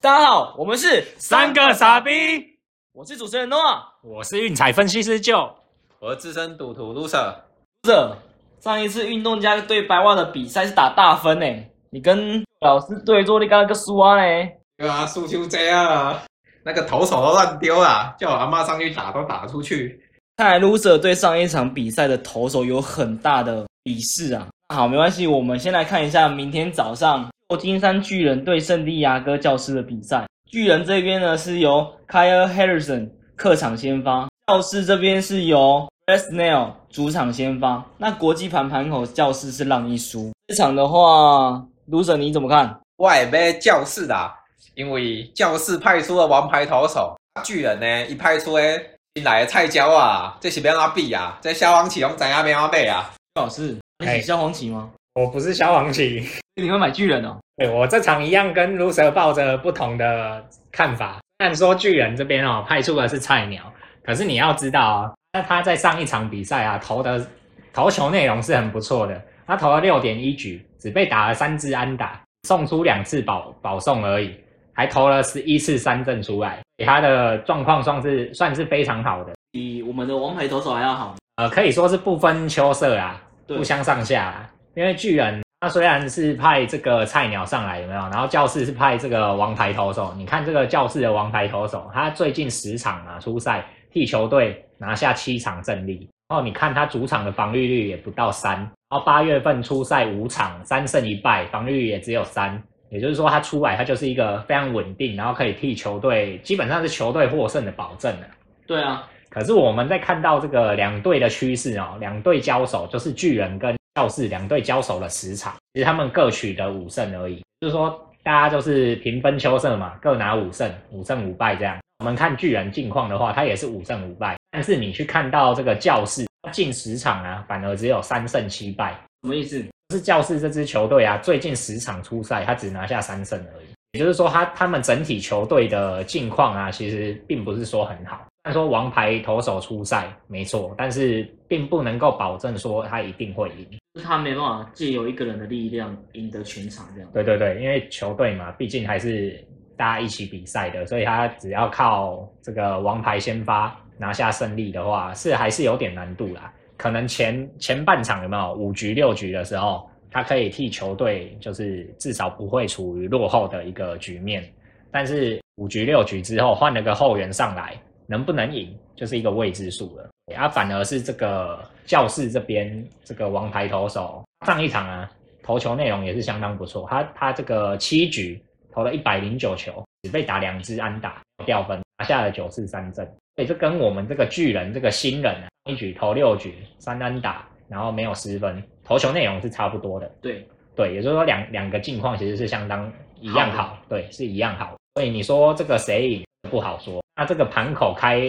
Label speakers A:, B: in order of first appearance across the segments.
A: 大家好，我们是
B: 三个傻逼，
A: 我是主持人 Noah。
B: 我是运彩分析师舅。
C: 我是资深赌徒 loser，
A: 这上一次运动家对白袜的比赛是打大分呢，欸你跟老师对坐，你刚刚个输啊呢？
C: 对啊，输就这样啊，那个投手都乱丢啦，叫我阿妈上去打都打出去。
A: 看来 loser 对上一场比赛的投手有很大的鄙视啊。好，没关系，我们先来看一下明天早上旧金山巨人对圣地亚哥教师的比赛。巨人这边呢是由 Kyle Harrison 客场先发，教师这边是由 r e s n e l 主场先发。那国际盘盘口教师是让一输。这场的话，loser 你怎么看？
C: 我也被教室啦，因为教室派出了王牌投手巨人呢，一派出诶新来的菜椒啊，这是要哪比啊？这消防启龙怎样没阿背啊？
A: 老师，你
B: 哎
A: 喜萧红旗吗？
B: 我不是消防旗，
A: 你会买巨人哦？
B: 对我这场一样跟 loser 抱着不同的看法。按说巨人这边哦派出的是菜鸟，可是你要知道啊，那他在上一场比赛啊投的投球内容是很不错的，他投了六点一局，只被打了三支安打，送出两次保保送而已，还投了十一次三振出来，给他的状况算是算是非常好的，
A: 比我们的王牌投手还要好。
B: 呃，可以说是不分秋色啊，
A: 对
B: 不相上下啦。因为巨人他虽然是派这个菜鸟上来，有没有？然后教室是派这个王牌投手。你看这个教室的王牌投手，他最近十场啊出赛，替球队拿下七场胜利。然后你看他主场的防御率也不到三，然后八月份出赛五场，三胜一败，防御率也只有三。也就是说，他出来他就是一个非常稳定，然后可以替球队，基本上是球队获胜的保证了、
A: 对啊，
B: 可是我们在看到这个两队的趋势哦，两队交手就是巨人跟教士两队交手了十场，其实他们各取得五胜而已，就是说大家就是平分秋色嘛，各拿五胜，五胜五败这样。我们看巨人近况的话，他也是五胜五败，但是你去看到这个教士，他近十场啊，反而只有三胜七败，
A: 什么意思？
B: 是教士这支球队啊，最近十场出赛，他只拿下三胜而已。也就是说他，他们整体球队的境况啊，其实并不是说很好。虽然说王牌投手出赛没错，但是并不能够保证说他一定会赢。
A: 就是他没办法借由一个人的力量赢得全场这样。
B: 对对对，因为球队嘛，毕竟还是大家一起比赛的，所以他只要靠这个王牌先发拿下胜利的话，是还是有点难度啦。可能前前半场有没有五局六局的时候，他可以替球队，就是至少不会处于落后的一个局面。但是五局六局之后换了个后援上来，能不能赢就是一个未知数了。啊，反而是这个教室这边这个王牌投手上一场啊，投球内容也是相当不错，他他这个七局投了一百零九球，只被打两支安打掉分，拿下了九次三振。所以这跟我们这个巨人这个新人啊，一局投六局三安打，然后没有失分，投球内容是差不多的。
A: 对，
B: 对，也就是说两两个境况其实是相当一样好，
A: 好
B: 对，是一样好。所以你说这个谁赢不好说，那这个盘口开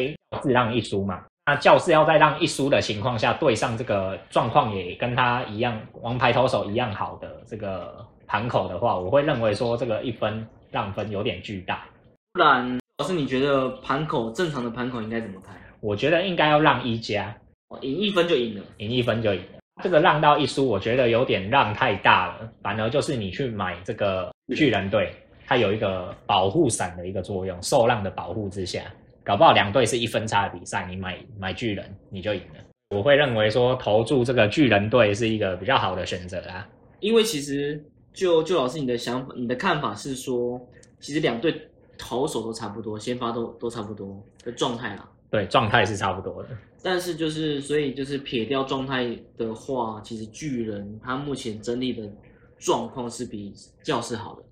B: 自让一输嘛，那教室要在让一输的情况下对上这个状况也跟他一样，王牌投手一样好的这个盘口的话，我会认为说这个一分让分有点巨大，
A: 不然老师，你觉得盘口正常的盘口应该怎么开？
B: 我觉得应该要让一加
A: 哦赢一分就赢了。
B: 赢一分就赢了。这个让到一输，我觉得有点让太大了，反而就是你去买这个巨人队，它有一个保护伞的一个作用，受让的保护之下，搞不好两队是一分差的比赛，你买买巨人你就赢了。我会认为说投注这个巨人队是一个比较好的选择啊啦。
A: 因为其实就就老师你的想法，你的看法是说，其实两队投手都差不多，先发都都差不多的状态啦。
B: 对，状态是差不多的。
A: 但是就是，所以就是撇掉状态的话，其实巨人他目前整体的状况是比教室好的。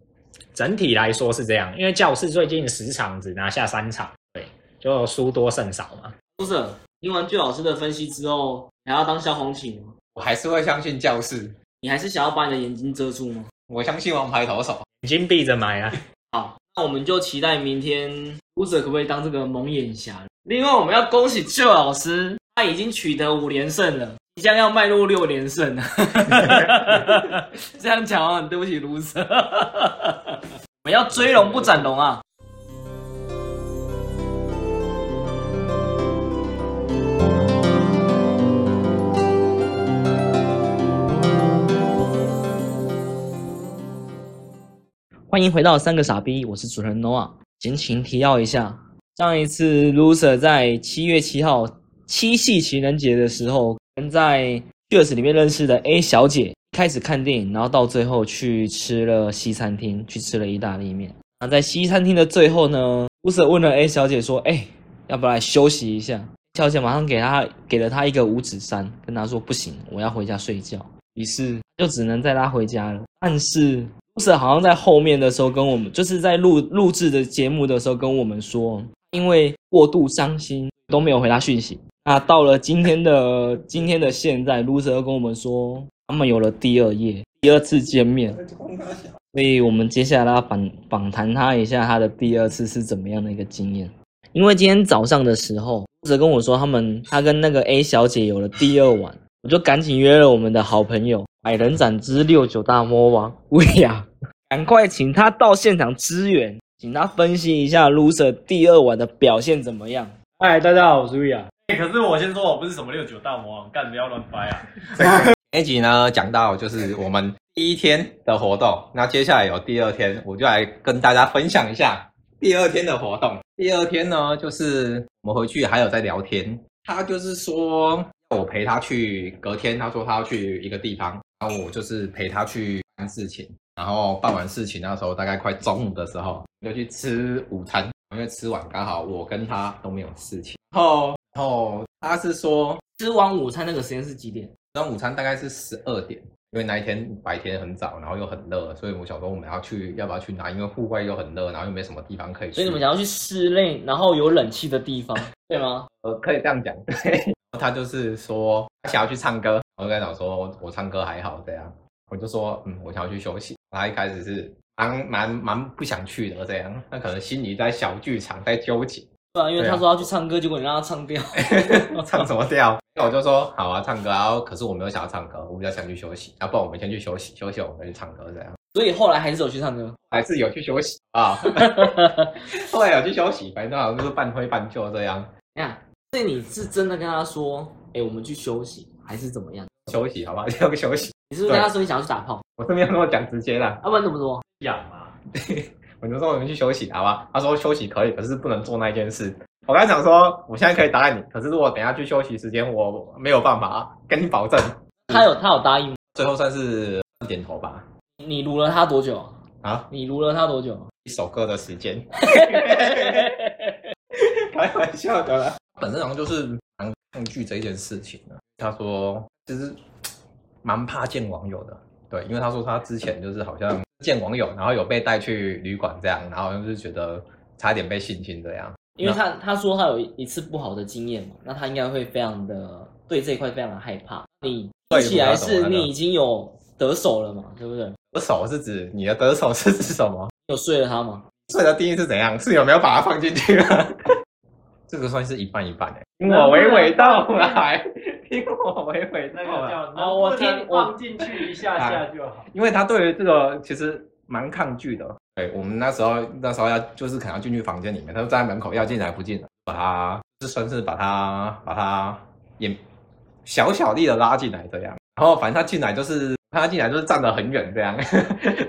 B: 整体来说是这样，因为教室最近十场只拿下三场，对，就输多胜少嘛。
A: 不是，听完最老师的分析之后，还要当萧红旗吗？
C: 我还是会相信教室，
A: 你还是想要把你的眼睛遮住吗？
C: 我相信王牌投手。
B: 眼睛闭着买啊。
A: 好，那我们就期待明天乌者可不可以当这个蒙眼侠。另外，我们要恭喜邱老师，他已经取得五连胜了，即将要迈入六连胜了。 这样讲啊，很对不起卢 o 我们要追龙不斩龙啊！欢欢迎回到三个傻逼，我是主持人 Noah。前情提要一下，上一次 Loser 在七月七号七夕情人节的时候，跟在 Cheers 里面认识的 A 小姐，开始看电影，然后到最后去吃了西餐厅，去吃了意大利面。那在西餐厅的最后呢，Loser 问了 A 小姐说：“哎、要不要来休息一下？”小姐马上给他给了他一个五指山，跟他说：“不行，我要回家睡觉。”于是就只能载他回家了。但是 Loser 好像在后面的时候跟我们，就是在录录制的节目的时候跟我们说，因为过度伤心都没有回他讯息。那到了今天的今天的现在，Loser 又跟我们说，他们有了第二夜，第二次见面。所以我们接下来要访访谈他一下，他的第二次是怎么样的一个经验。因为今天早上的时候，或者跟我说他们他跟那个 A 小姐有了第二晚，我就赶紧约了我们的好朋友百人斩之六九大魔王薇娅，赶快请他到现场支援，请他分析一下 loser 第二晚的表现怎么样。
D: 嗨，大家好，我是瑞亚。
B: 欸可是我先说，我不是什么六九大魔王，干不要乱掰啊！
C: 那集呢讲到就是我们第一天的活动，那接下来有第二天，我就来跟大家分享一下第二天的活动。第二天呢，就是我们回去还有在聊天，他就是说我陪他去，隔天他说他要去一个地方，然后我就是陪他去办事情，然后办完事情那时候大概快中午的时候，就去呃吃午餐，因为吃完刚好我跟他都没有事情，然后然后他是说
A: 吃完午餐那个时间是几点？
C: 那午餐大概是十二点，因为那一天白天很早，然后又很热，所以我想说我们要去，要不要去哪？因为户外又很热，然后又没什么地方可以去。
A: 要去室内，然后有冷气的地方，对吗？
C: 呃，可以这样讲。对，他就是说他想要去唱歌，我就跟他讲说我我唱歌还好这样，我就说嗯，我想要去休息。他一开始是蛮蛮蛮不想去的这样，那可能心里在小剧场在纠结，
A: 对啊，因
C: 对啊
A: 说要去唱歌，结果你让他唱掉。
C: 唱什么调？那我就说好啊，唱歌啊。然后可是我没有想要唱歌，我比较想去休息。要不然我们先去休息，休息我们再去唱歌这样。
A: 所以后来还是有去唱歌。
C: 还是有去休息啊， 后来有去休息，反正好像就是半推半就这样。
A: 你看，所以你是真的跟他说，哎、我们去休息，还是怎么样？
C: 休息好 吧，要休息。
A: 你是不是跟他说你想要去打炮？
C: 我是没有跟我讲直接啦，
A: 要、不然怎么说？
B: 养啊嘛，
C: 我就说我们去休息好吧。他说休息可以，可是不能做那件事。我刚才想说，我现在可以答应你，可是如果等一下去休息时间，我没有办法跟你保证。
A: 他有他有答应吗
C: 最后算是点头吧，
A: 你撸了他多久？
C: 啊，
A: 你撸了他多久？
C: 一首歌的时间，开玩笑的啦。本身好像就是蛮抗拒这一件事情的。他说，其实蛮怕见网友的，对，因为他说他之前就是好像见网友，然后有被带去旅馆这样，然后就是觉得差点被性侵这样。
A: 因为他他说他有一次不好的经验嘛，那他应该会非常的对这一块非常的害怕。你听起来是你已经有得手了嘛，对不对？
C: 得手是指你的得手是指什么？
A: 有睡了他吗？
C: 睡的定义是怎样？是有没有把它放进去啊？ 这个算是一半一半哎、听我娓娓 道来，听我娓娓
B: 那
C: 道
B: 个
C: 来。
B: 叫
A: 哦我听
B: 能不能放进去一下下就好。
C: 因为他对于这个其实蛮抗拒的。对我们那时候那时候要就是可能要进去房间里面，他就站在门口要进来不进来，把他就算是把他把他也小小力的拉进来这样。然后反正他进来就是他进来就是站得很远这样，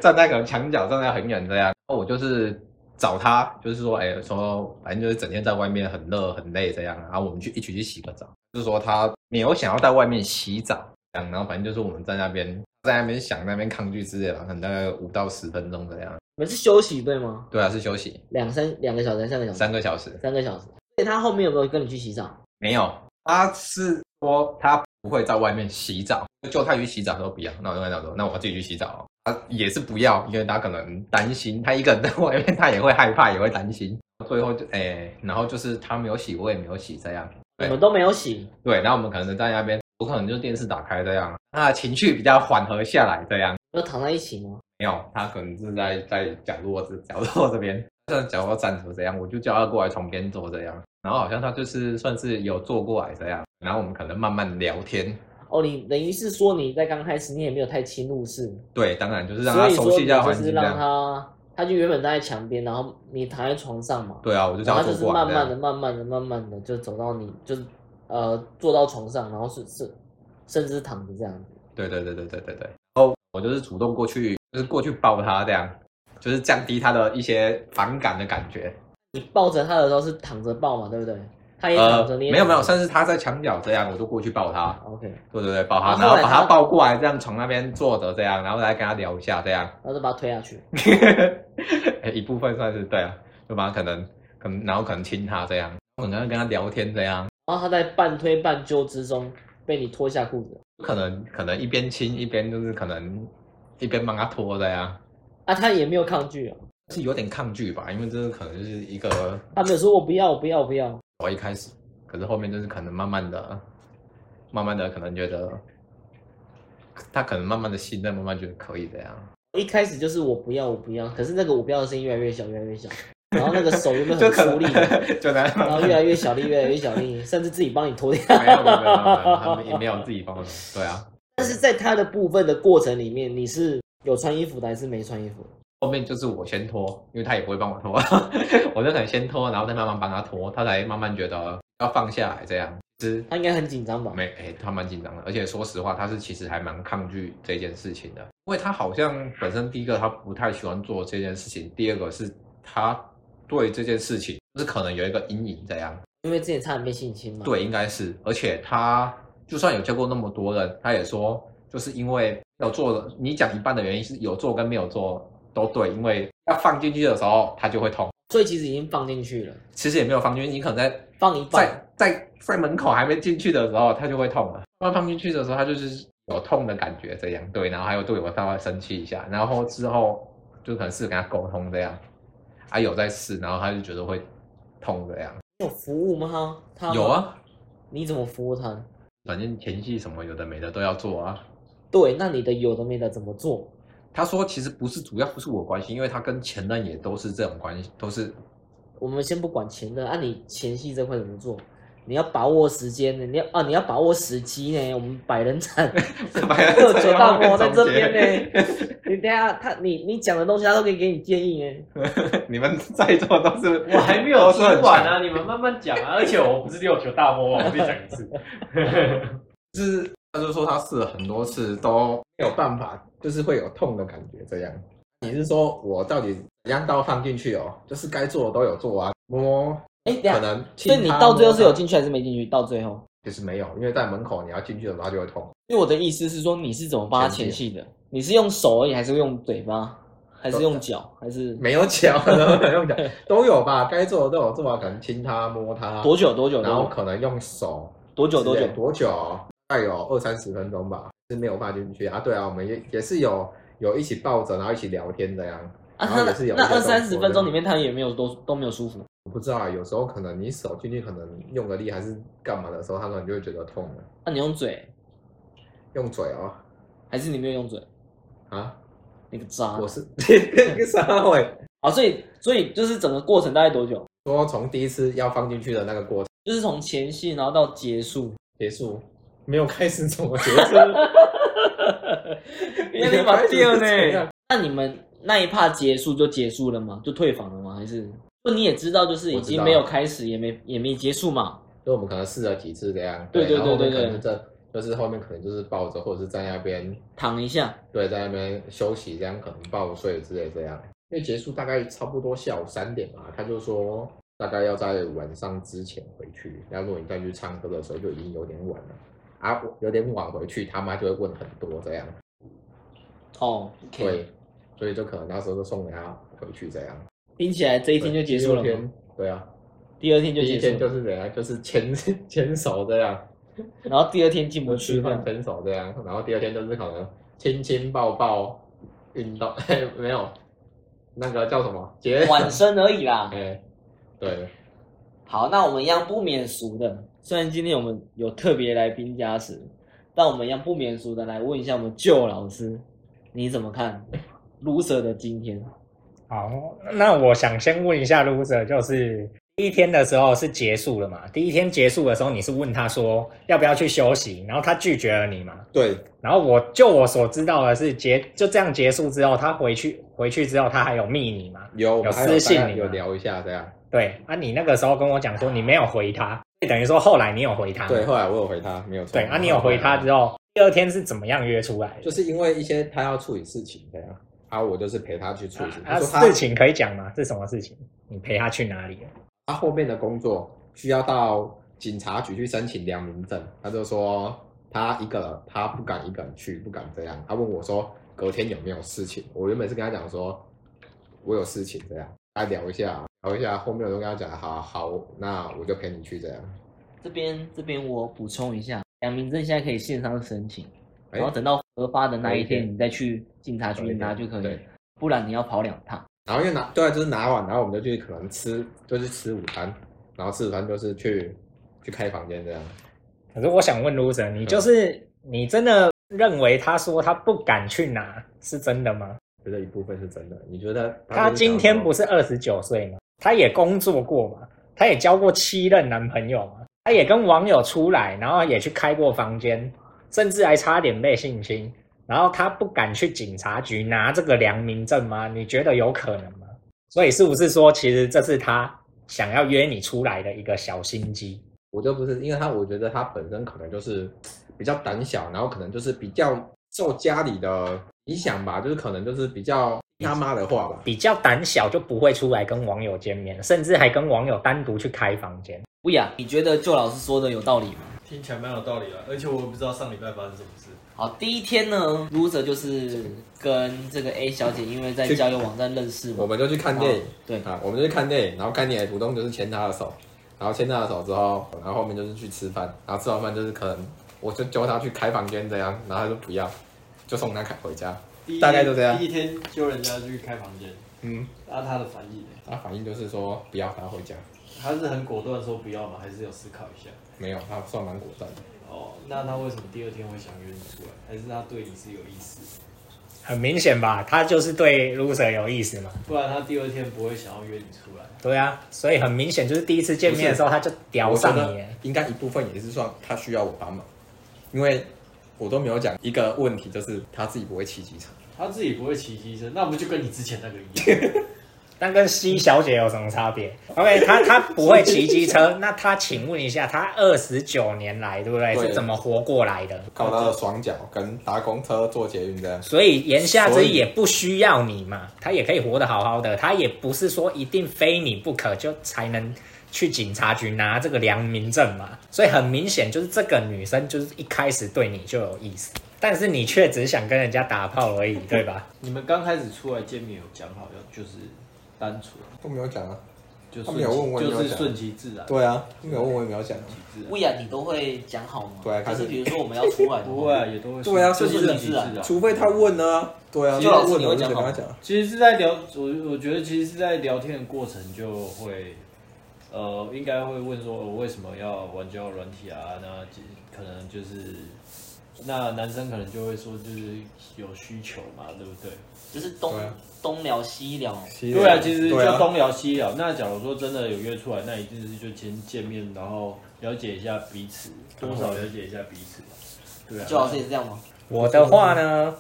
C: 站在可能墙角站得很远这样。然后我就是找他，就是说哎说反正就是整天在外面很热很累这样，然后我们去一起去洗个澡。就是说他没有想要在外面洗澡，这样，然后反正就是我们在那边在那边想那边抗拒之类的吧，可能大概五到十分钟这样。
A: 你们是休息对吗？
C: 对啊，是休息
A: 两三两个小时，三个小时，
C: 三个小时，
A: 三个小时。所以他后面有没有跟你去洗澡？
C: 没有，他是说他不会在外面洗澡，就他去洗澡都不要。那我就跟他讲说，那我要自己去洗澡哦、他也是不要，因为他可能担心，他一个人在外面，他也会害怕，也会担心。最后就哎、然后就是他没有洗，我也没有洗这样。
A: 你
C: 对
A: 们都没有洗，
C: 对，然后我们可能在那边，我可能就电视打开这样，他的情绪比较缓和下来这样。
A: 都躺在一起吗？
C: 没有，他可能是在在角落这角落这边， 在角落站着这样，我就叫他过来床边坐这样，然后好像他就是算是有坐过来这样，然后我们可能慢慢聊天，
A: 哦，你等于是说你在刚开始你也没有太侵入式，
C: 对，当然就是让
A: 所
C: 他
A: 以
C: 熟
A: 说
C: 悉
A: 你
C: 一下
A: 就
C: 环
A: 是
C: 境这
A: 让
C: 样。
A: 他，他就原本站在墙边，然后你躺在床上嘛，
C: 对啊，我就
A: 然
C: 叫
A: 后
C: 他
A: 就是
C: 坐过来
A: 慢
C: 这
A: 慢的、
C: 样。
A: 慢慢的、慢慢的就走到你，就是呃坐到床上，然后是是甚至躺着这样子。
C: 对对对对对对对。哦，我就是主动过去，就是过去抱他这样，就是降低他的一些反感的感觉。
A: 你抱着他的时候是躺着抱嘛，对不对？他也
C: 呃
A: 躺着，，你也
C: 没有没有，
A: 躺着
C: 甚至他在墙角这样，我就过去抱他，
A: OK，
C: 对对对，抱他，
A: 然后后
C: 然后
A: 来
C: 把
A: 他
C: 他抱过来，这样从那边坐着这样，然后来跟他聊一下这样。
A: 然后就把他推下去。
C: 欸一部分算是对啊，对吧？可能可能，然后可能亲他这样，可能跟他聊天这样，
A: 然后他在半推半就之中被你脱下裤子，
C: 可能可能一边亲一边就是可能一边帮他脱这样，
A: 啊，他也没有抗拒哦，
C: 是有点抗拒吧，因为这是可能就是一个
A: 他没有说我不要，我不要，我不要。
C: 我一开始，可是后面就是可能慢慢的，慢慢的可能觉得他可能慢慢的信任，慢慢觉得可以这样。
A: 一开始就是我不要，我不要，可是那个我不要的声音越来越小，越来越小，然后那个手有没有
C: 就
A: 很
C: 可
A: 出
C: 能
A: 力的，
C: 就能
A: 然后越来越小力，越来越小力，甚至自己帮你脱掉。
C: 没有没有没有，没有他们也没有自己帮我弄，对啊。
A: 但是在他的部分的过程里面，你是有穿衣服的还是没穿衣服的？
C: 后面就是我先脱，因为他也不会帮我脱， 我就可能先脱，然后再慢慢帮他脱，他才慢慢觉得要放下来这样。是
A: 他应该很紧张吧？
C: 没哎、他蛮紧张的，而且说实话，他是其实还蛮抗拒这件事情的，因为他好像本身第一个他不太喜欢做这件事情，第二个是他对这件事情就是可能有一个阴影这样。
A: 因为之前差点被性侵嘛。，
C: 对，应该是，而且他就算有教过那么多人，他也说就是因为有做的，你讲一半的原因是有做跟没有做都对，因为要放进去的时候它就会痛，
A: 所以其实已经放进去了，
C: 其实也没有放进去，你可能在
A: 放一半。
C: 在在在门口还没进去的时候它就会痛了，那放进去的时候它就是有痛的感觉这样，对，然后还有对我稍微生气一下，然后之后就可能是跟他沟通这样，啊有在试，然后他就觉得会痛这样，
A: 你有服务吗？
E: 嗯
A: 他
C: 有，啊，
A: 你怎么服务他？
C: 反正前戏什么有的没的都要做啊。
A: 对，那你的有的没的怎么做？
C: 他说其实不是主要不是我关系，因为他跟前任也都是这种关系，都 是
A: 我们先不管前任，按、你前戏这块怎么做？你要把握时间呢，你要啊，你要把握时机呢。我们百人 斩，
C: 各
A: 九大魔在这边
E: 欸
A: 呢。 你等一下他你你讲的东西，他都可以给你建议呢。
C: 呢。 你们在座都是
E: 我还没有
C: 都是很
E: 听完
C: 强
E: 啊，你们慢慢讲啊。而且我不是六九大魔王，我自己讲 一次。
C: 就是他就说他试了很多次都没有办法，就是会有痛的感觉这样。你是说我到底怎样到放进去哦？就是该做的都有做啊，摸
A: 哎、等一
C: 可
A: 下，
C: 能
A: 所
C: 亲
A: 以
C: 他
A: 你到最后是有，
C: 摸啊
A: 进去还是没进去？到最后，
C: 他就是没有，因为在门口你要进去的时候他就会痛。
A: 因为我的意思是说，你是怎么帮他前戏的？你是用手而已，还是用嘴巴，还是用脚，还是
C: 没有脚，没 有脚，都有吧？该做的都有做啊，可能亲他、摸他，
A: 多久？多久？
C: 然后可能用手
A: 多久？多
C: 之
A: 久
C: 类？多久？大概有二三十分钟吧，是没有办法进去啊。对啊，我们也也是有有一起抱着，然后一起聊天这样。
A: 啊，
C: 然后也是
A: 那
C: 有
A: 那
C: 一些
A: 二三
C: 动
A: 十
C: 作
A: 分钟
C: 的
A: 里面，他也没有都都没有舒服。
C: 我不知道啊，有时候可能你手进去可能用个力还是干嘛的时候，他可能就会觉得痛了。
A: 那、你用嘴，
C: 用嘴哦，
A: 还是你没有用嘴？
C: 啊，
A: 那个渣
C: 我！是 个啥会？
A: 啊，所以所以就是整个过程大概多久？
C: 说从第一次要放进去的那个过程
A: 就是从前戏然后到结束。
C: 结束，没有开始怎么结束？
A: 原来你把第二
C: 没有开始是怎
A: 呢
C: 样？
A: 那你们那一趴结束就结束了吗？就退房了吗？还是不你也知道，就是已
C: 我知
A: 经
C: 道啊
A: 没有开始，也没也没结束嘛？
C: 所以我们可能试了几次这样。
A: 对对
C: 然
A: 对
C: 后我们
A: 对
C: 可能这就是后面可能就是抱着或者是在那边
A: 躺一下，
C: 对，在那边休息，这样可能抱睡之类这样。因为结束大概差不多下午三点嘛，他就说大概要在晚上之前回去。那如果你再去唱歌的时候，就已经有点晚了啊，我有点晚回去，他妈就会问很多这样。
A: 哦，
C: 对，所以就可能那时候就送给他回去这样。
A: 听起来这一
C: 一
A: 天就结束了吗？
C: 天，对啊，
A: 第二天就
C: 第一
A: 结
C: 天
A: 束
C: 就
A: 了，
C: 是怎样，就是牵 牵手这样，
A: 然后第二天进不
C: 就
A: 去
C: 吃
A: 这样
C: 饭牵手这样，然后第二天就是可能亲亲抱抱，运动 哎没有，那个叫什么结
A: 晚生而已啦。
C: 哎、对，
A: 好，那我们一样不免俗的，虽然今天我们有特别来宾加持，但我们一样不免俗的来问一下我们旧老师，你怎么看 loser 的今天？
B: 好，那我想先问一下 loser，就是第一天的时候是结束了嘛？第一天结束的时候，你是问他说要不要去休息，然后他拒绝了你嘛？
C: 对，
B: 然后我就我所知道的是结就这样结束之后，他回去回去之后，他还有密你嘛？
C: 有我们还有
B: 私信
C: 大概
B: 你
C: 有
B: 吗
C: 聊一下这样。
B: 对啊，你那个时候跟我讲说你没有回他，就等于说后来你有回他嘛，
C: 对，后来我有回他，没有错。
B: 对啊，你有回他之后，第二天是怎么样约出来的？
C: 就是因为一些他要处理事情这样，啊，我就是陪他去处理。
B: 啊，
C: 他说他
B: 事情可以讲吗？是什么事情？你陪他去哪里了？
C: 他后面的工作需要到警察局去申请良民证，他就说他一个人，他不敢一个人去，不敢这样。他问我说隔天有没有事情，我原本是跟他讲说我有事情这样，他聊一下聊一下，后面我就跟他讲好好，那我就陪你去这样。
A: 这边这边我补充一下，良民证现在可以线上申请，
C: 哎
A: 然后等到核发的那一
C: 可以可
A: 天，你再去警察
C: 可
A: 局
C: 以
A: 拿就可以
C: 哎对，
A: 不然你要跑两趟。
C: 然后又拿对啊，就是拿完，然后我们就去可能吃，就是吃午餐，然后吃午餐就是去去开房间这样。
B: 可是我想问 loser，你
C: 嗯
B: 就是你真的认为他说他不敢去拿是真的吗？
C: 觉得一部分是真的，你觉得
B: 他今天不
C: 是
B: 是二十九岁吗？他也工作过嘛，他也交过七任男朋友嘛，他也跟网友出来，然后也去开过房间，甚至还差点被性侵。然后他不敢去警察局拿这个良民证吗？你觉得有可能吗？所以是不是说，其实这是他想要约你出来的一个小心机？
C: 我就不是，因为他我觉得他本身可能就是比较胆小，然后可能就是比较受家里的影响吧，就是可能就是比较听他妈的话吧。
B: 比较胆小就不会出来跟网友见面，甚至还跟网友单独去开房间。
A: 不雅，你觉得就老师说的有道理吗？
E: 听起来蛮有道理的，而且我也不知道上礼拜发生什么事。
A: 好，第一天呢，loser 就是跟这个 A 小姐因为在
C: 去
A: 交友网站认识嘛，
C: 我们就去看电影，
A: 对，
C: 啊，我们就去看电影，然后看电影，主动就是牵他的手，然后牵他的手之后，然后后面就是去吃饭，然后吃完饭就是可能我就叫他去开房间这样，然后他就不要，就送他开回家。
E: 第一
C: 大概就这样
E: 第一天揪人家去开房间，
C: 嗯，
E: 那他的反应呢，
C: 他反应就是说不要他回家，
E: 他是很果断说不要吗？还是有思考一下？
C: 没有，他算蛮果断的。
E: 哦，那他为什么第二天会想约你出来？还是他对你是有意思？
B: 很明显吧，他就是对 loser 有意思嘛。
E: 不然他第二天不会想要约你出来。
B: 对啊，所以很明显就是第一次见面的时候他就屌上
C: 我觉
B: 你
C: 得，应该一部分也是算他需要我帮忙，因为我都没有讲一个问题，就是他自己不会骑机车。
E: 他自己不会骑机车，那不就跟你之前那个一样？
B: 但跟 C 小姐有什么差别？OK，她 她不会骑机车，那她请问一下，她二十九年来，对不对？
C: 对
B: 是怎么活过来的？
C: 靠他的双脚跟搭公车坐捷运这样，
B: 所以言下之
C: 所
B: 意
C: 以
B: 也不需要你嘛，她也可以活得好好的，她也不是说一定非你不可就才能去警察局拿这个良民证嘛。所以很明显就是这个女生就是一开始对你就有意思，但是你却只想跟人家打炮而已，对吧？
E: 你们刚开始出来见面有讲好要就是单纯，
C: 都没有讲啊。
E: 就
C: 他
E: 顺
C: 没有问我有没有讲
E: 就是顺其自然。
C: 对啊，都没有问我也没有讲啊。
E: 顺其自
A: 不
E: 然。
A: 雅你都会讲好吗？
C: 对啊
A: 就
C: 开
A: 是
C: 始
A: 比如说我们要出来的话，
E: 不会啊，也都会
C: 对啊
E: 顺
C: 顺其自然
E: 其自然。
C: 除非他问呢、啊，对啊，
E: 其实
C: 他问了我就得跟他讲。啊
E: 其实是在聊，我我觉得其实是在聊天的过程就会，呃，应该会问说，我、为什么要玩交友软体啊？那其可能就是，那男生可能就会说，就是有需求嘛，对不对？
A: 就是东
C: 对啊
A: 东聊西聊，
E: 对啊，其实
C: 对
E: 就
C: 啊，
E: 东聊西聊。那假如说真的有约出来，那一定是就先见面，然后了解一下彼此，多少了解一下彼此嘛。对啊，
A: 就老师也是这样吗？
B: 我的话呢，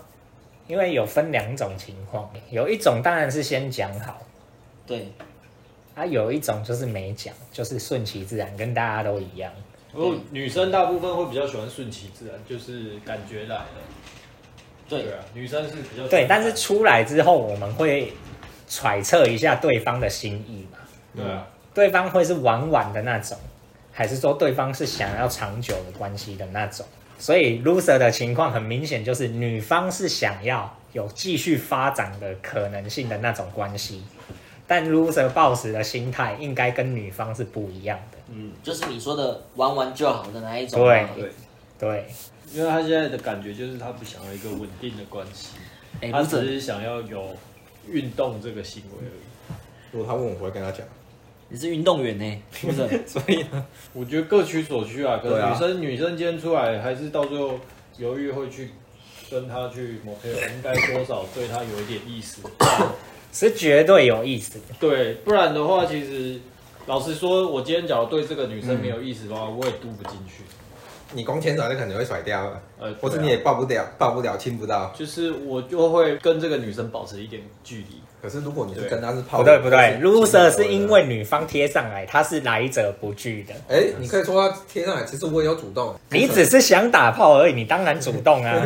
B: 因为有分两种情况，有一种当然是先讲好，
A: 对，
B: 啊，有一种就是没讲，就是顺其自然，跟大家都一样。
E: 然后女生大部分会比较喜欢顺其自然，就是感觉来了。
A: 对
E: 啊，女生是比较
B: 对，但是出来之后，我们会揣测一下对方的心意嘛，
E: 对啊，
B: 对方会是玩玩的那种，还是说对方是想要长久的关系的那种？所以 loser 的情况很明显就是女方是想要有继续发展的可能性的那种关系，但 loser boss 的心态应该跟女方是不一样的。
E: 嗯，
A: 就是你说的玩玩就好的那一种吗。
B: 对
E: 对，
B: 对，
E: 因为她现在的感觉就是她不想要一个稳定的关系，
A: 哎，
E: 她
A: 不
E: 只
A: 是，
E: 是想要有运动这个行为而已。
C: 如果他问我，我会跟他讲。
A: 你是运动员呢，不是？
C: 所以呢，
E: 我觉得各取所需啊，可
C: 对
E: 是
C: 啊
E: 女生、女生今天出来还是到最后犹豫会去跟她去 motel，应该多少对她有一点 意思。
B: 是绝对有意思的。
E: 对，不然的话，其实老实说，我今天假如对这个女生没有意思的话，我也渡不进去。
C: 你光牵手他就可能会甩掉了，
E: 呃，
C: 或者
E: 对啊
C: 你也抱不了，抱不了，亲不到。
E: 就是我就会跟这个女生保持一点距离。
C: 可是如果你是
E: 对
C: 跟他是泡
B: 不
C: 友，
B: 对不对
C: 就是
B: ，loser 是因为女方贴上来，他是来者不拒的。
C: 哎、你可以说他贴上来，其实我也有主动。
B: 你只是想打炮而已，你当然主动啊。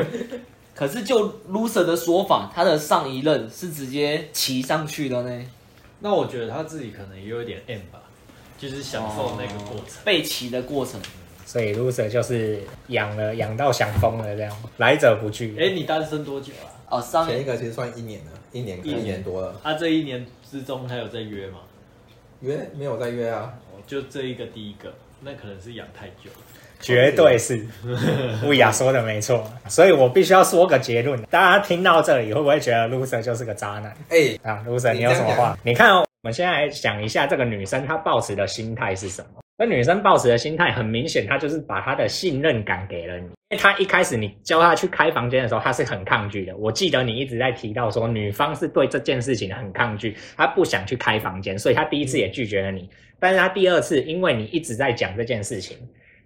A: 可是就 loser 的说法，他的上一任是直接骑上去的呢，
E: 那我觉得他自己可能也有一点 M 吧，就是享受那个过程。
A: 哦被骑的过程。
B: 所以 loser 就是养了养到想疯了这样，来者不拒。
E: 哎、你单身多久啊？
A: 哦，上
C: 前一个其实算一年了，一年
E: 一年
C: 年多了，
E: 他、这一年之中还有在约吗？
C: 约没有再约啊，
E: 哦就这一个第一个，那可能是养太久了。
B: 绝对是，乌雅说的没错，所以我必须要说个结论。大家听到这里会不会觉得 loser 就是个渣男
C: 哎，
B: 啊？loser，你有什么话？你看、哦，我们现在来想一下，这个女生她抱持的心态是什么？那女生抱持的心态很明显，她就是把她的信任感给了你。因为她一开始你叫她去开房间的时候，她是很抗拒的。我记得你一直在提到说，女方是对这件事情很抗拒，她不想去开房间，所以她第一次也拒绝了你。但是她第二次，因为你一直在讲这件事情，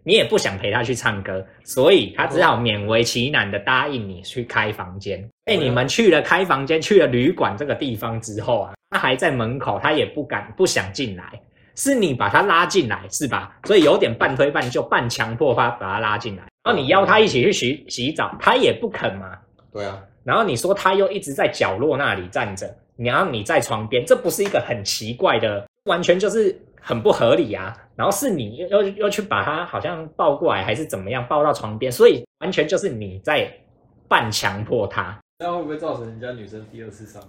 B: 你也不想陪他去唱歌，所以他只好勉为其难的答应你去开房间。被哎你们去了开房间，去了旅馆这个地方之后啊，他还在门口，他也不敢不想进来，是你把他拉进来是吧？所以有点半推半就、半强迫他把他拉进来。然后你邀他一起去洗洗澡，他也不肯嘛。
C: 对啊，
B: 然后你说他又一直在角落那里站着，然后你在床边，这不是一个很奇怪的，完全就是很不合理啊。然后是你又又又去把他好像抱过来，还是怎么样抱到床边，所以完全就是你在半强迫他。
E: 那会不会造成人家女生第二次上来？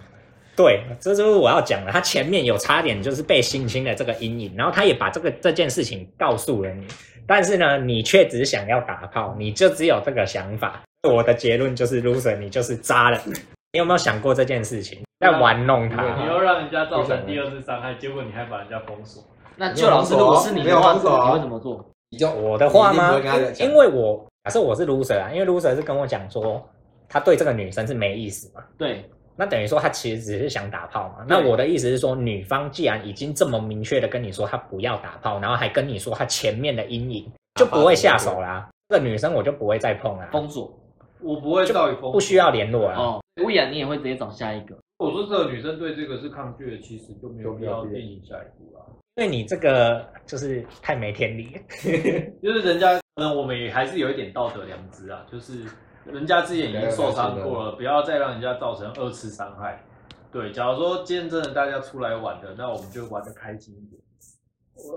B: 对，这就是我要讲的。他前面有差点就是被性侵的这个阴影，然后他也把这个这件事情告诉了你，但是呢，你却只想要打炮，你就只有这个想法。我的结论就是 loser，你就是渣了。你有没有想过这件事情，在玩弄他？
E: 你又让人家造成第二次伤害，结果你还把人家封锁。
A: 那就老师，如果是你的话，你会怎么做？
C: 你就
B: 我的话吗
C: 你一定不会跟他？讲
B: 因为我假设我是 loser 啊，因为 loser 是跟我讲说他对这个女生是没意思嘛，
A: 对，
B: 那等于说他其实只是想打炮嘛。那我的意思是说，女方既然已经这么明确的跟你说她不要打炮，然后还跟你说她前面的阴影，就不会下手啦。这个女生我就不会再碰啦，
A: 封锁。
E: 我不会到于封锁，
B: 不需要联络啦。
A: 哦，不然你也会直接找下一个。
E: 我说这个女生对这个是抗拒的，其实就没有必要进行下一步啦。
B: 因为你这个就是太没天理了。
E: 就是人家可能我们也还是有一点道德良知啊，就是人家之前已经受伤过
C: 啊
E: 了，不要再让人家造成二次伤害。对，假如说今天真的大家出来玩的，那我们就玩的开心一点。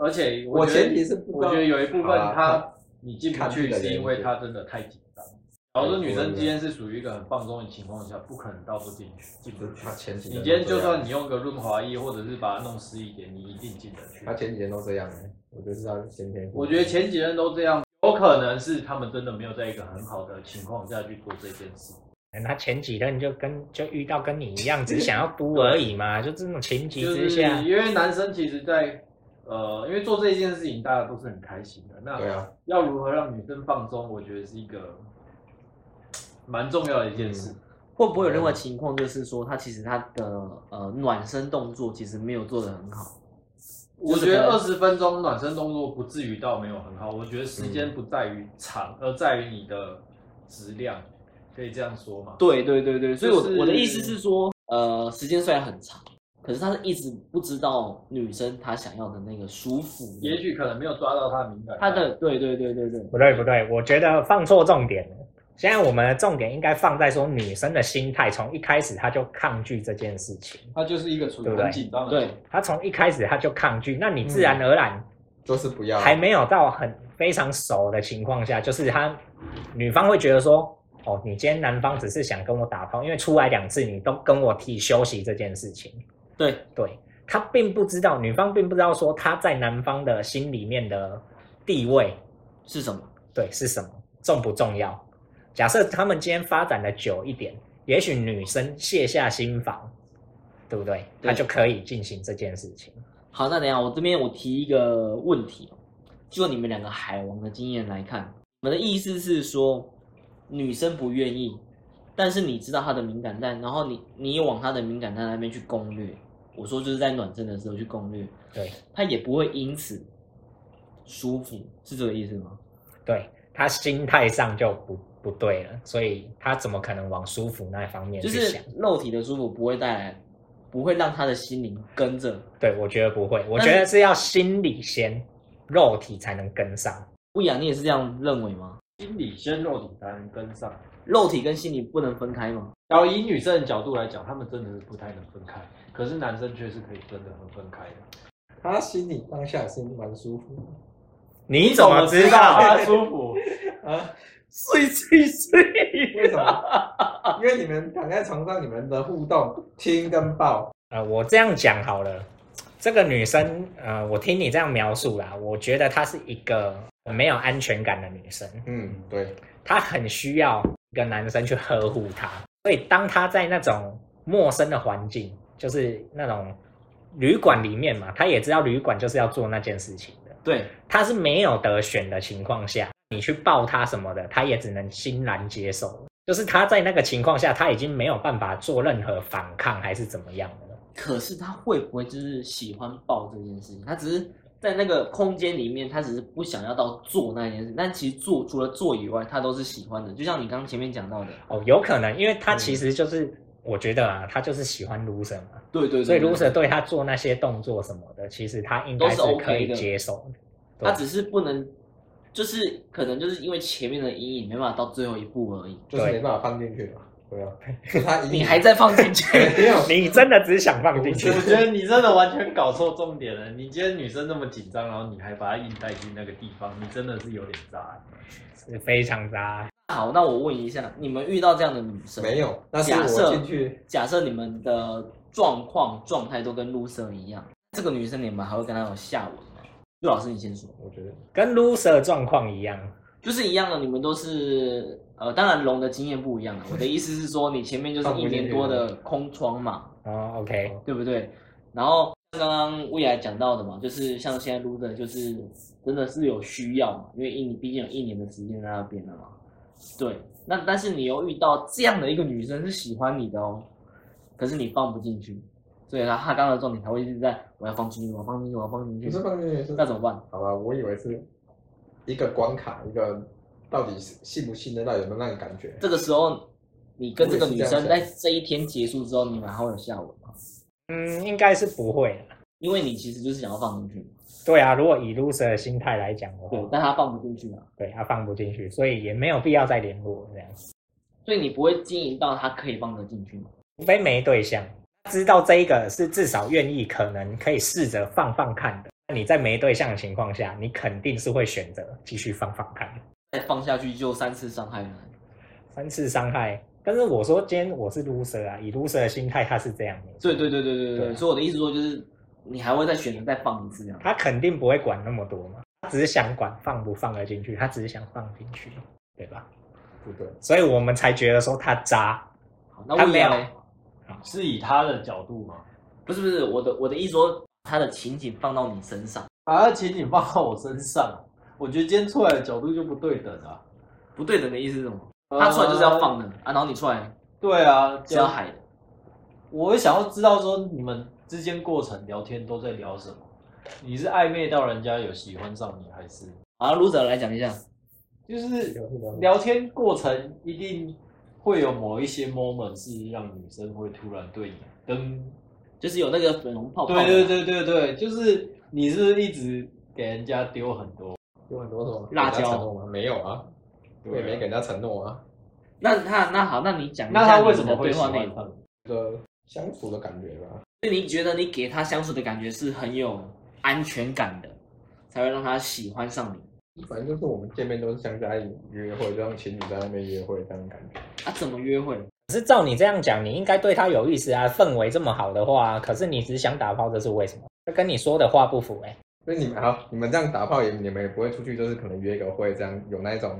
E: 而且
C: 我
E: 觉得
C: 前提是不
E: 我觉得有一部分
C: 好啊
E: 他
C: 看
E: 你进不
C: 看剧
E: 去
C: 的
E: 是因
C: 原
E: 为
C: 因
E: 他真的太紧张。假如说女生今天是属于一个很放松的情况下，不可能到处进去进不
C: 就
E: 去
C: 他。前几
E: 你
C: 年
E: 今
C: 都
E: 天就
C: 这样
E: 算你用个润滑液，或者是把它弄湿一点，你一定进得去
C: 他。前几年都这样欸，我觉得是他先天。
E: 我觉得前几任都这样，有可能是他们真的没有在一个很好的情况下去做这件事。
B: 他前几任就跟就遇到跟你一样，只想要嘟而已嘛，就这种情急
E: 就
B: 之
E: 是
B: 下。
E: 因为男生其实在呃，因为做这件事情大家都是很开心的。那
C: 对啊，
E: 要如何让女生放松，我觉得是一个蛮重要的一件
B: 嗯
E: 事。
A: 会不会有另外情况，就是说他其实他的呃暖身动作其实没有做得很好，
E: 我觉得二十分钟暖身动作不至于到没有很好，我觉得时
B: 嗯
E: 间不在于长，而在于你的质量，可以这样说吗？
A: 对对对对，所以我、
E: 就是
A: 我的意思是说，呃，时间虽然很长，可是他是一直不知道女生她想要的那个舒服的，
E: 也许可能没有抓到他的敏感。
A: 她的对对对对对，
B: 不对不对，我觉得放错重点了。现在我们的重点应该放在说女生的心态，从一开始她就抗拒这件事情，
E: 他就是一个处于
B: 对不对
E: 很紧张的
A: 对
E: 状态
B: 她从一开始她就抗拒，那你自然而然
C: 就是不要
B: 还没有到很非常熟的情况下，就是她女方会觉得说，哦，你今天男方只是想跟我打炮，因为出来两次你都跟我提休息这件事情，
A: 对
B: 对她并不知道，女方并不知道说她在男方的心里面的地位，
A: 是什么？
B: 对是什么，重不重要？假设他们今天发展的久一点，也许女生卸下心防，对不对？
A: 对
B: 她就可以进行这件事情。
A: 好，那等一下我这边我提一个问题哦，就你们两个海王的经验来看，我们的意思是说，女生不愿意，但是你知道她的敏感带，然后你你也往她的敏感带那边去攻略。我说就是在暖身的时候去攻略，
B: 对
A: 她也不会因此舒服，是这个意思吗？
B: 对，她心态上就不不对了，所以她怎么可能往舒服那方面
A: 就
B: 去
A: 是
B: 想？
A: 肉体的舒服不会带来，不会让她的心灵跟着。
B: 对，我觉得不会，我
A: 但
B: 觉得
A: 是
B: 是要心理先，肉体才能跟上。
A: 不雅，你也是这样认为吗？
E: 心理先肉体才能跟上。
A: 肉体跟心理不能分开吗？
E: 然后以女生的角度来讲，他们真的是不太能分开，可是男生却是可以真的很分开的。
F: 他心里当下是蛮舒服的
B: 你怎么知道？
E: 他 舒服？
F: 啊？
G: 睡睡睡，
F: 为什么？因为你们躺在床上，你们的互动亲跟抱，
B: 呃，我这样讲好了，这个女生，呃，我听你这样描述啦，我觉得她是一个没有安全感的女生，
C: 嗯，对，
B: 她很需要一个男生去呵护她，所以当她在那种陌生的环境，就是那种旅馆里面嘛，她也知道旅馆就是要做那件事情的，
A: 对，
B: 她是没有得选的情况下，你去抱她什么的，她也只能欣然接受。就是她在那个情况下，她已经没有办法做任何反抗还是怎么样的了。
A: 可是他会不会就是喜欢抱这件事情？他只是在那个空间里面，他只是不想要到做那件事，但其实做除了做以外，他都是喜欢的。就像你刚刚前面讲到的，
B: 哦，有可能，因为他其实就是、我觉得啊，他就是喜欢 loser 嘛，
A: 对对
B: 所以 loser 对他做那些动作什么的，其实他应
A: 都
B: 该
A: 是
B: 可
A: OK
B: 以
A: 的
B: 接受的。对
A: 他只是不能，就是可能就是因为前面的阴影没办法到最后一步而已。
F: 就是
B: 对
F: 没办法放进去嘛，对啊，是他一
A: 你还在放进去，
F: 没有
B: 你真的只想放进去
E: 我觉得你真的完全搞错重点了。你今天女生那么紧张，然后你还把她硬带进那个地方，你真的是有点渣。
B: 是非常渣。
A: 好，那我问一下，你们遇到这样的女生
F: 没？有，那是
A: 假设
F: 我进去，
A: 假设你们的状况状态都跟 loser 一样，这个女生你们还会跟她有下文吗？陆老师，你先说。
F: 我觉得
B: 跟 loser 状况一样，
A: 就是一样的，你们都是呃，当然龙的经验不一样啊了。我的意思是说，你前面就是一年多的空窗嘛，
B: 哦，OK，
A: 对不对？然后刚刚未来讲到的嘛，就是像现在撸的，就是真的是有需要嘛，因为一年毕竟有一年的时间在那边了嘛。对，那但是你又遇到这样的一个女生是喜欢你的哦，可是你放不进去，所以她她刚刚的重点还会一直在我要放进去，我要放进去，我要放进
F: 不
A: 去
F: 是，放进去是
A: 那怎么办？
F: 好吧，我以为是一个关卡，一个到底是信不信任，到底有没有那个感觉？
A: 这个时候，你跟这个女
F: 我也
A: 生
F: 是这样想
A: 在这一天结束之后，你们还会有下文吗？
B: 嗯，应该是不会的。
A: 因为你其实就是想要放进去，
B: 对啊，如果以 loser 的心态来讲的
A: 对，
B: 话，
A: 但她放不进去啊，
B: 对他放不进去，所以也没有必要再联络这样，
A: 所以你不会经营到她可以放得进去嘛？
B: 除非没对象。知道这一个是至少愿意，可能可以试着放放看的。那你在没对象的情况下，你肯定是会选择继续放放看。
A: 再放下去就三次伤害了。
B: 三次伤害。但是我说今天我是 loser 啊，以 loser 的心态，他是这样的，
A: 对对对对对对，
B: 对啊
A: 所以我的意思说就是，你还会再选择再放一次这样。
B: 他肯定不会管那么多嘛，他只是想管放不放得进去，他只是想放进去，对吧？
F: 不对，
B: 所以我们才觉得说他渣，
A: 好，那未
B: 没有
A: 来
E: 啊是以她的角度吗？
A: 不是不是我的我的意思说，她的情景放到你身上
E: 把她情景放到我身上，我觉得今天出来的角度就不对等啊。
A: 不对等的意思是什么？
E: 呃
A: 她出来就是要放的、啊，然后你出来
E: 对啊，
A: 是要海的。
E: 我会想要知道说你们之间过程聊天都在聊什么？你是暧昧到人家有喜欢上你，还是
A: 好，卢者来讲一下，
E: 就是
F: 有有
E: 聊天过程一定会有某一些 moment 是让女生会突然对你噔，
A: 就是有那个粉红泡泡。
E: 对对，对对对，就是你是不是一直给人家丢很多？
F: 有很多什么
A: 辣椒
F: 给人家承诺吗？没有啊，我也
E: 对
F: 没给人家承诺啊，
A: 那那那好，那你讲一下
E: 那他为什么
A: 你的
E: 会
A: 对
E: 喜
A: 话内
E: 欢
A: 容？
E: 上你？
F: 一个相处的感觉吧。
A: 所以你觉得你给他相处的感觉是很有安全感的，才会让他喜欢上你。
F: 反正就是我们见面都是相在约会，就像情侣在那边约会这样的感觉。
A: 啊，怎么约会？
B: 可是照你这样讲，你应该对他有意思啊，氛围这么好的话，啊可是你只想打炮，这是为什么？这跟你说的话不符哎、
F: 所以你们好，你们这样打炮也你们也不会出去，就是可能约个会这样，有那一种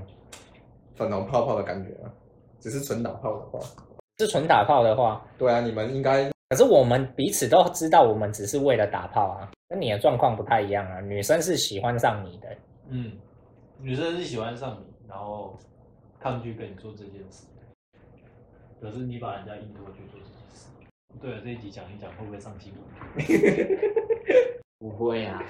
F: 粉红泡泡的感觉啊。只是纯打炮的话，
B: 是纯打炮的话，
F: 对啊，你们应该
B: 可是我们彼此都知道，我们只是为了打炮啊，跟你的状况不太一样啊，女生是喜欢上你的，
E: 嗯，女生是喜欢上你，然后抗拒跟你做这件事，可是你把人家硬拖去做这件事。对了，啊这一集讲一讲会不会上新闻？
A: 不会啊，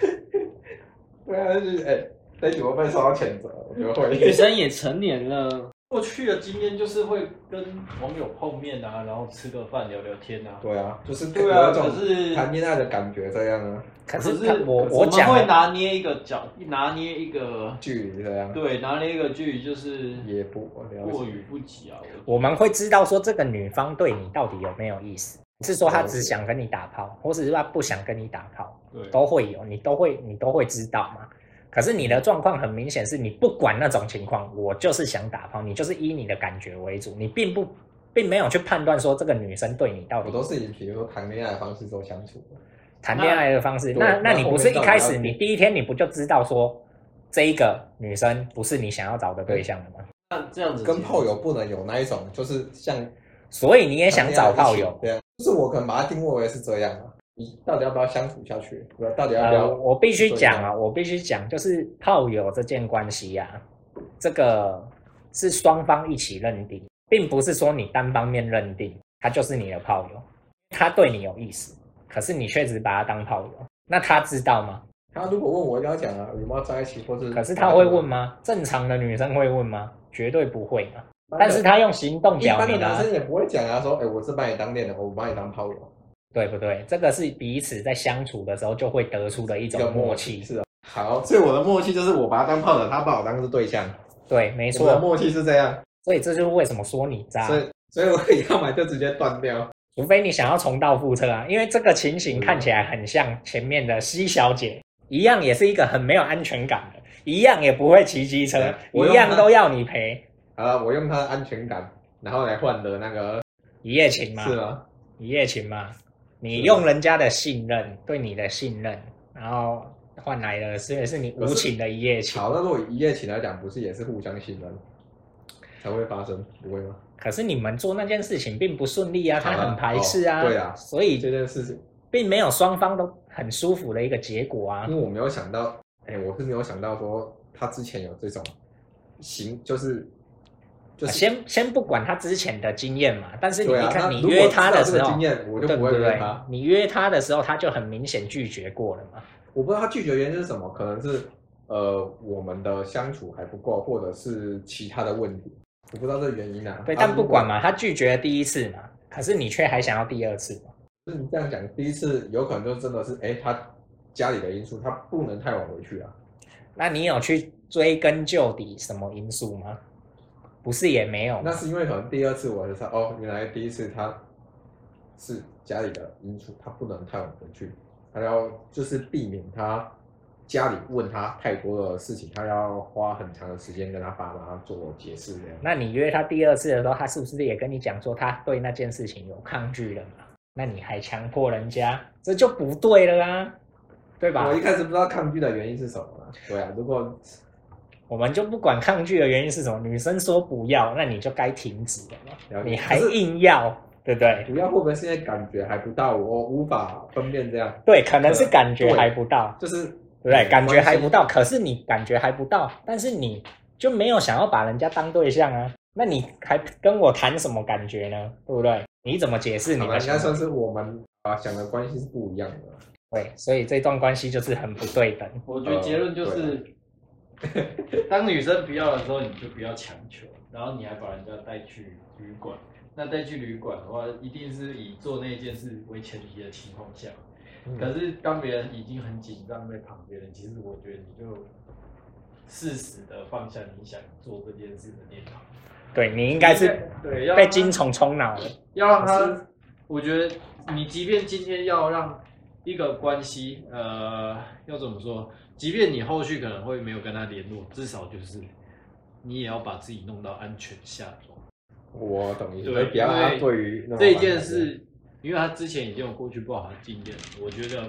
F: 对啊，就是哎，这一集会被受到谴责，我觉得
A: 女
F: 会。
A: 生也成年了，
E: 过去的经验就是会跟网友碰面啊，然后吃个饭聊聊天啊。
C: 对啊，就是
E: 对啊
C: 有一种
E: 可是
C: 谈恋爱的感觉这样啊，
B: 可
E: 可
B: 是
E: 是
B: 他我
E: 我
B: 我
E: 们
B: 讲
E: 会
B: 了，
E: 拿捏一个角，拿捏一个
C: 距离这样
E: 对，拿捏一个距离就是
C: 也不我了
E: 过
C: 解。
E: 于不及啊。我
B: 我们会知道说这个女方对你到底有没有意思，是说她只想跟你打
C: 哦
B: 炮，或者是她不想跟你打炮，
E: 对
B: 都会有，你都会你都会知道嘛。可是你的状况很明显是你不管那种情况，我就是想打炮，你就是以你的感觉为主，你并不并没有去判断说这个女生对你到
C: 我
B: 底
C: 都是以比如说谈恋爱的方式做相处的，
B: 谈恋爱的方式。
C: 那
B: 那
C: 对
B: 那你
C: 那后
B: 不是
C: 面
B: 一
C: 到底
B: 开
C: 要
B: 始你第一天你不就知道说这一个女生不是你想要找的对象了吗？
E: 那这样子
C: 跟炮友不能有那一种，就是像
B: 所以你也想找炮友。
C: 对啊，就是我可能把它定位为是这样啊，你到底要不要相处下去？我到底要不
B: 呃，
C: 要？
B: 我必须讲啊，我必须讲，就是炮友这件关系呀、啊，这个是双方一起认定，并不是说你单方面认定他就是你的炮友，他对你有意思，可是你却只把他当炮友，那他知道吗？
C: 他如果问我，我跟他讲啊，有没有在一起，或是
B: 可是他会问？吗？正常的女生会问吗？绝对不会嘛。但是他用行动
C: 啊一
B: 表
C: 般的
B: 明啊
C: 男，生也不会讲啊，说哎、我是把你当恋人，我把你当炮友，
B: 对不对？这个是彼此在相处的时候就会得出的一
C: 一个
B: 种默契。
C: 是啊。好，所以我的默契就是我把他当炮友，他把我当是对象。
B: 对，没
C: 没我的
B: 错。
C: 默契是这样，
B: 所以这就是为什么说你渣。
C: 所以所以我以后嘛就直接断掉。
B: 除非你想要重蹈覆辙啊，因为这个情
C: 嗯
B: 形看起来很像前面的 C 小姐，一样也是一个很没有安全感的，一样也不会骑机车
C: 对，我
B: 一
C: 用
B: 样
C: 它
B: 都要你赔
C: 好了，我用他的安全感，然后来换的那个
B: 一夜情嘛，
C: 是啊吗？
B: 一夜情嘛，你
C: 是
B: 用人家的信任对你的信任，然后换来的是是你无情的一夜情。
C: 好，那如果以一夜情来讲，不是也是互相信任才会发生，不会吗？
B: 可是你们做那件事情并不顺利啊，他
C: 好啊
B: 很排斥啊，
C: 哦对啊
B: 所以
C: 这件事情，
B: 并没有双方都很舒服的一个结果啊
C: 因。为我没有想到，哎、我是没有想到说他之前有这种行，就是就是
B: 啊先先不管他之前的经验嘛，但是你
C: 对
B: 一
C: 啊，
B: 看
C: 那
B: 你
C: 如果
B: 约他
C: 知
B: 的
C: 道这
B: 时
C: 个
B: 候
C: 经，验，我就
B: 对
C: 不
B: 不
C: 会约
B: 对
C: 他。？
B: 你约他的时候，他就很明显拒绝过了嘛。
C: 我不知道他拒绝原因是什么，可能是呃我们的相处还不够，或者是其他的问题，我不知道这个原因啊。
B: 对，
C: 啊
B: 但不管，嘛，他拒绝了第一次嘛，可是你却还想要第二次嘛。
C: 如果就是你这样讲，第一次有可能就真的是哎、他家里的因素，他不能太晚回去啊。
B: 那你有去追根究底什么因素吗？不是也没有嘛。
C: 那是因为可能第二次我才知道哦，原来第一次他是家里的因素，他不能太晚回去，他要就是避免他家里问他太多的事情，他要花很长的时间跟他爸妈做解释这样。
B: 那你约他第二次的时候，他是不是也跟你讲说他对那件事情有抗拒了嘛？那你还强迫人家，这就不对了啊，对吧？
C: 我一开始不知道抗拒的原因是什么啦对啊，如果
B: 我们就不管抗拒的原因是什么，女生说不要，那你就该停止了嘛
C: 了，解
B: 你还
C: 可是
B: 硬要，对不对？
C: 不要会不会是因为感觉还不到，我无法分辨这样，
B: 对，可能是感觉
C: 对
B: 还不到，
C: 就是
B: 对不对？感觉还
C: 关
B: 不
C: 系
B: 到，可是你感觉还不到，但是你就没有想要把人家当对象啊，那你还跟我谈什么感觉呢？对不对？你怎么解释你
C: 好吧
B: 的
C: 应
B: 行
C: 该算
B: 为？
C: 是我们啊想的关系是不一样的。
B: 对，所以这段关系就是很不对等。
E: 我觉得结论
B: 啊
E: 就是，当女生不要的时候，你就不要强求，然后你还把人家带去旅馆。那带去旅馆的话，一定是以做那件事为前提的情况下。
B: 嗯
E: 可是当别人已经很紧张在旁边了，其实我觉得你就适时的放下你想做这件事的念头。
B: 对你应该是
E: 对，要
B: 被
E: 让他
B: 金虫冲脑了。
E: 要让
C: 可
E: 他，我觉得你即便今天要让一个关系，呃，要怎么说？即便你后续可能会没有跟他联络，至少就是你也要把自己弄到安全下装。
C: 我懂意思，
E: 对
C: 所以不要让他
E: 因为
C: 对于那种
E: 这件事，因为他之前已经有过去不好的经验，我觉得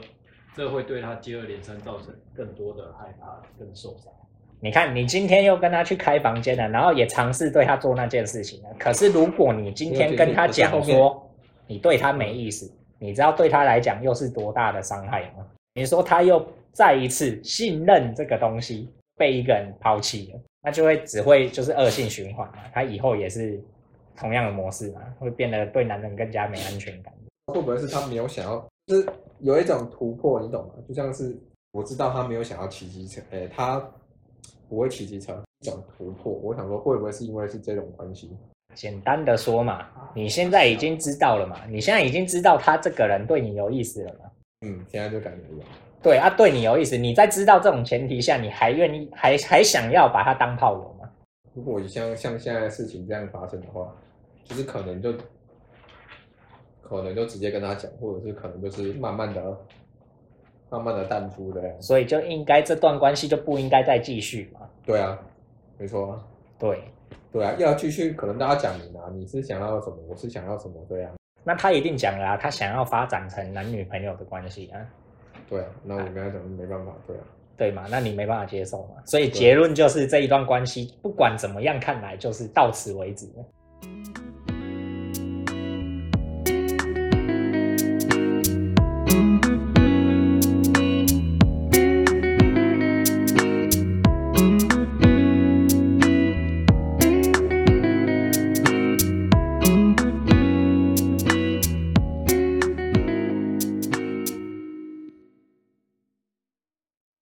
E: 这会对他接二连三造成更多的害怕跟受伤。
B: 你看，你今天又跟他去开房间了，然后也尝试对他做那件事情了。可是如果你今天跟他讲
C: 我觉得
B: 说你对他没意思，你知道对他来讲又是多大的伤害吗？你说他又再一次信任这个东西被一个人抛弃了，那就会只会就是恶性循环嘛。他以后也是同样的模式嘛，会变得对男人更加没安全感。
C: 会不会是他没有想要，就是有一种突破，你懂吗？就像是我知道他没有想要骑机车，哎、他不会骑机车，种突破。我想说，会不会是因为是这种关系？
B: 简单的说嘛，你现在已经知道了嘛，你现在已经知道他这个人对你有意思了嘛。
C: 嗯，现在就感觉有。
B: 对啊，对你有意思，你在知道这种前提下，你还愿意还还想要把他当炮友吗？
C: 如果像像现在的事情这样发生的话，就是可能就可能就直接跟他讲，或者是可能就是慢慢的、慢慢的淡出的。
B: 所以就应该这段关系就不应该再继续嘛。
C: 对啊，没错啊，
B: 对，
C: 对啊，要继续，可能大家讲明啊，你是想要什么，我是想要什么，对啊，
B: 那他一定讲了啊，他想要发展成男女朋友的关系啊，
C: 对啊，那我跟他讲没办法，对啊，
B: 对嘛？那你没办法接受嘛。所以结论就是这一段关系不管怎么样，看来就是到此为止了。